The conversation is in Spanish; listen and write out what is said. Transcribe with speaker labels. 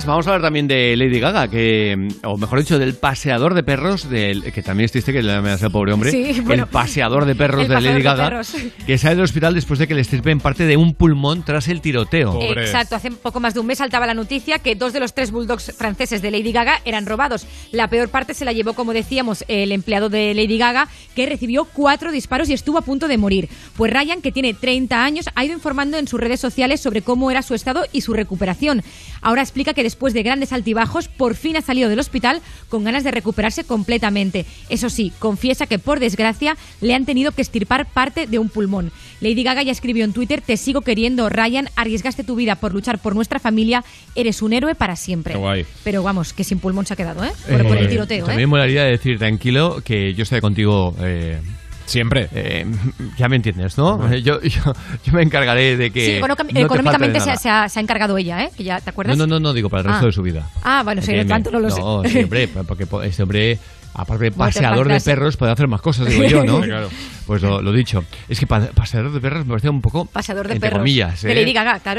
Speaker 1: Pues Vamos a hablar también de Lady Gaga, que, o mejor dicho, del paseador de perros, del, que también es triste que le llamas al pobre hombre,
Speaker 2: Sí, bueno.
Speaker 1: el paseador de perros
Speaker 2: El
Speaker 1: de
Speaker 2: paseador
Speaker 1: Lady
Speaker 2: de
Speaker 1: Gaga,
Speaker 2: perros.
Speaker 1: que sale del hospital después de que le estirpen parte de un pulmón tras el tiroteo.
Speaker 2: Eh,
Speaker 3: Pobres.
Speaker 2: Exacto, hace poco más de un mes saltaba la noticia que dos de los tres bulldogs franceses de Lady Gaga eran robados. La peor parte se la llevó, como decíamos, el empleado de Lady Gaga, que recibió cuatro disparos y estuvo a punto de morir. Pues Ryan, que tiene 30 años, ha ido informando en sus redes sociales sobre cómo era su estado y su recuperación. Ahora explica que después de grandes altibajos, por fin ha salido del hospital con ganas de recuperarse completamente. Eso sí, confiesa que por desgracia le han tenido que estirpar parte de un pulmón. Lady Gaga ya escribió en Twitter, te sigo queriendo, Ryan, arriesgaste tu vida por luchar por nuestra familia, eres un héroe para siempre.
Speaker 3: Qué guay.
Speaker 2: Pero vamos, que sin pulmón se ha quedado, ¿eh? Por, por el
Speaker 3: joder.
Speaker 2: tiroteo,
Speaker 1: También
Speaker 2: ¿eh?
Speaker 1: me molaría decir, tranquilo, que yo estoy contigo... eh,
Speaker 3: Siempre.
Speaker 1: eh, ya me entiendes, ¿no? Eh, Yo, yo, yo me encargaré de que...
Speaker 2: Sí,
Speaker 1: no
Speaker 2: economi-
Speaker 1: te falte
Speaker 2: económicamente
Speaker 1: de
Speaker 2: se, ha-
Speaker 1: nada.
Speaker 2: se ha, se ha encargado ella, ¿eh? Que ya, ¿Te acuerdas?
Speaker 1: No, no, no, no digo para el resto
Speaker 2: Ah.
Speaker 1: de su vida.
Speaker 2: Ah, bueno, sí,
Speaker 1: Entiéndeme.
Speaker 2: tanto no lo sé.
Speaker 1: sí, hombre, porque po- este hombre, aparte de
Speaker 2: Muertes
Speaker 1: paseador de
Speaker 2: fantasmas.
Speaker 1: perros, puede hacer más cosas, digo yo, ¿no?
Speaker 3: Sí, claro.
Speaker 1: Pues lo, lo dicho. Es que pa- paseador de perros me parece un poco.
Speaker 2: Paseador de
Speaker 1: entre
Speaker 2: perros.
Speaker 1: comillas,
Speaker 2: De
Speaker 1: ¿eh?
Speaker 2: Lady Gaga, claro,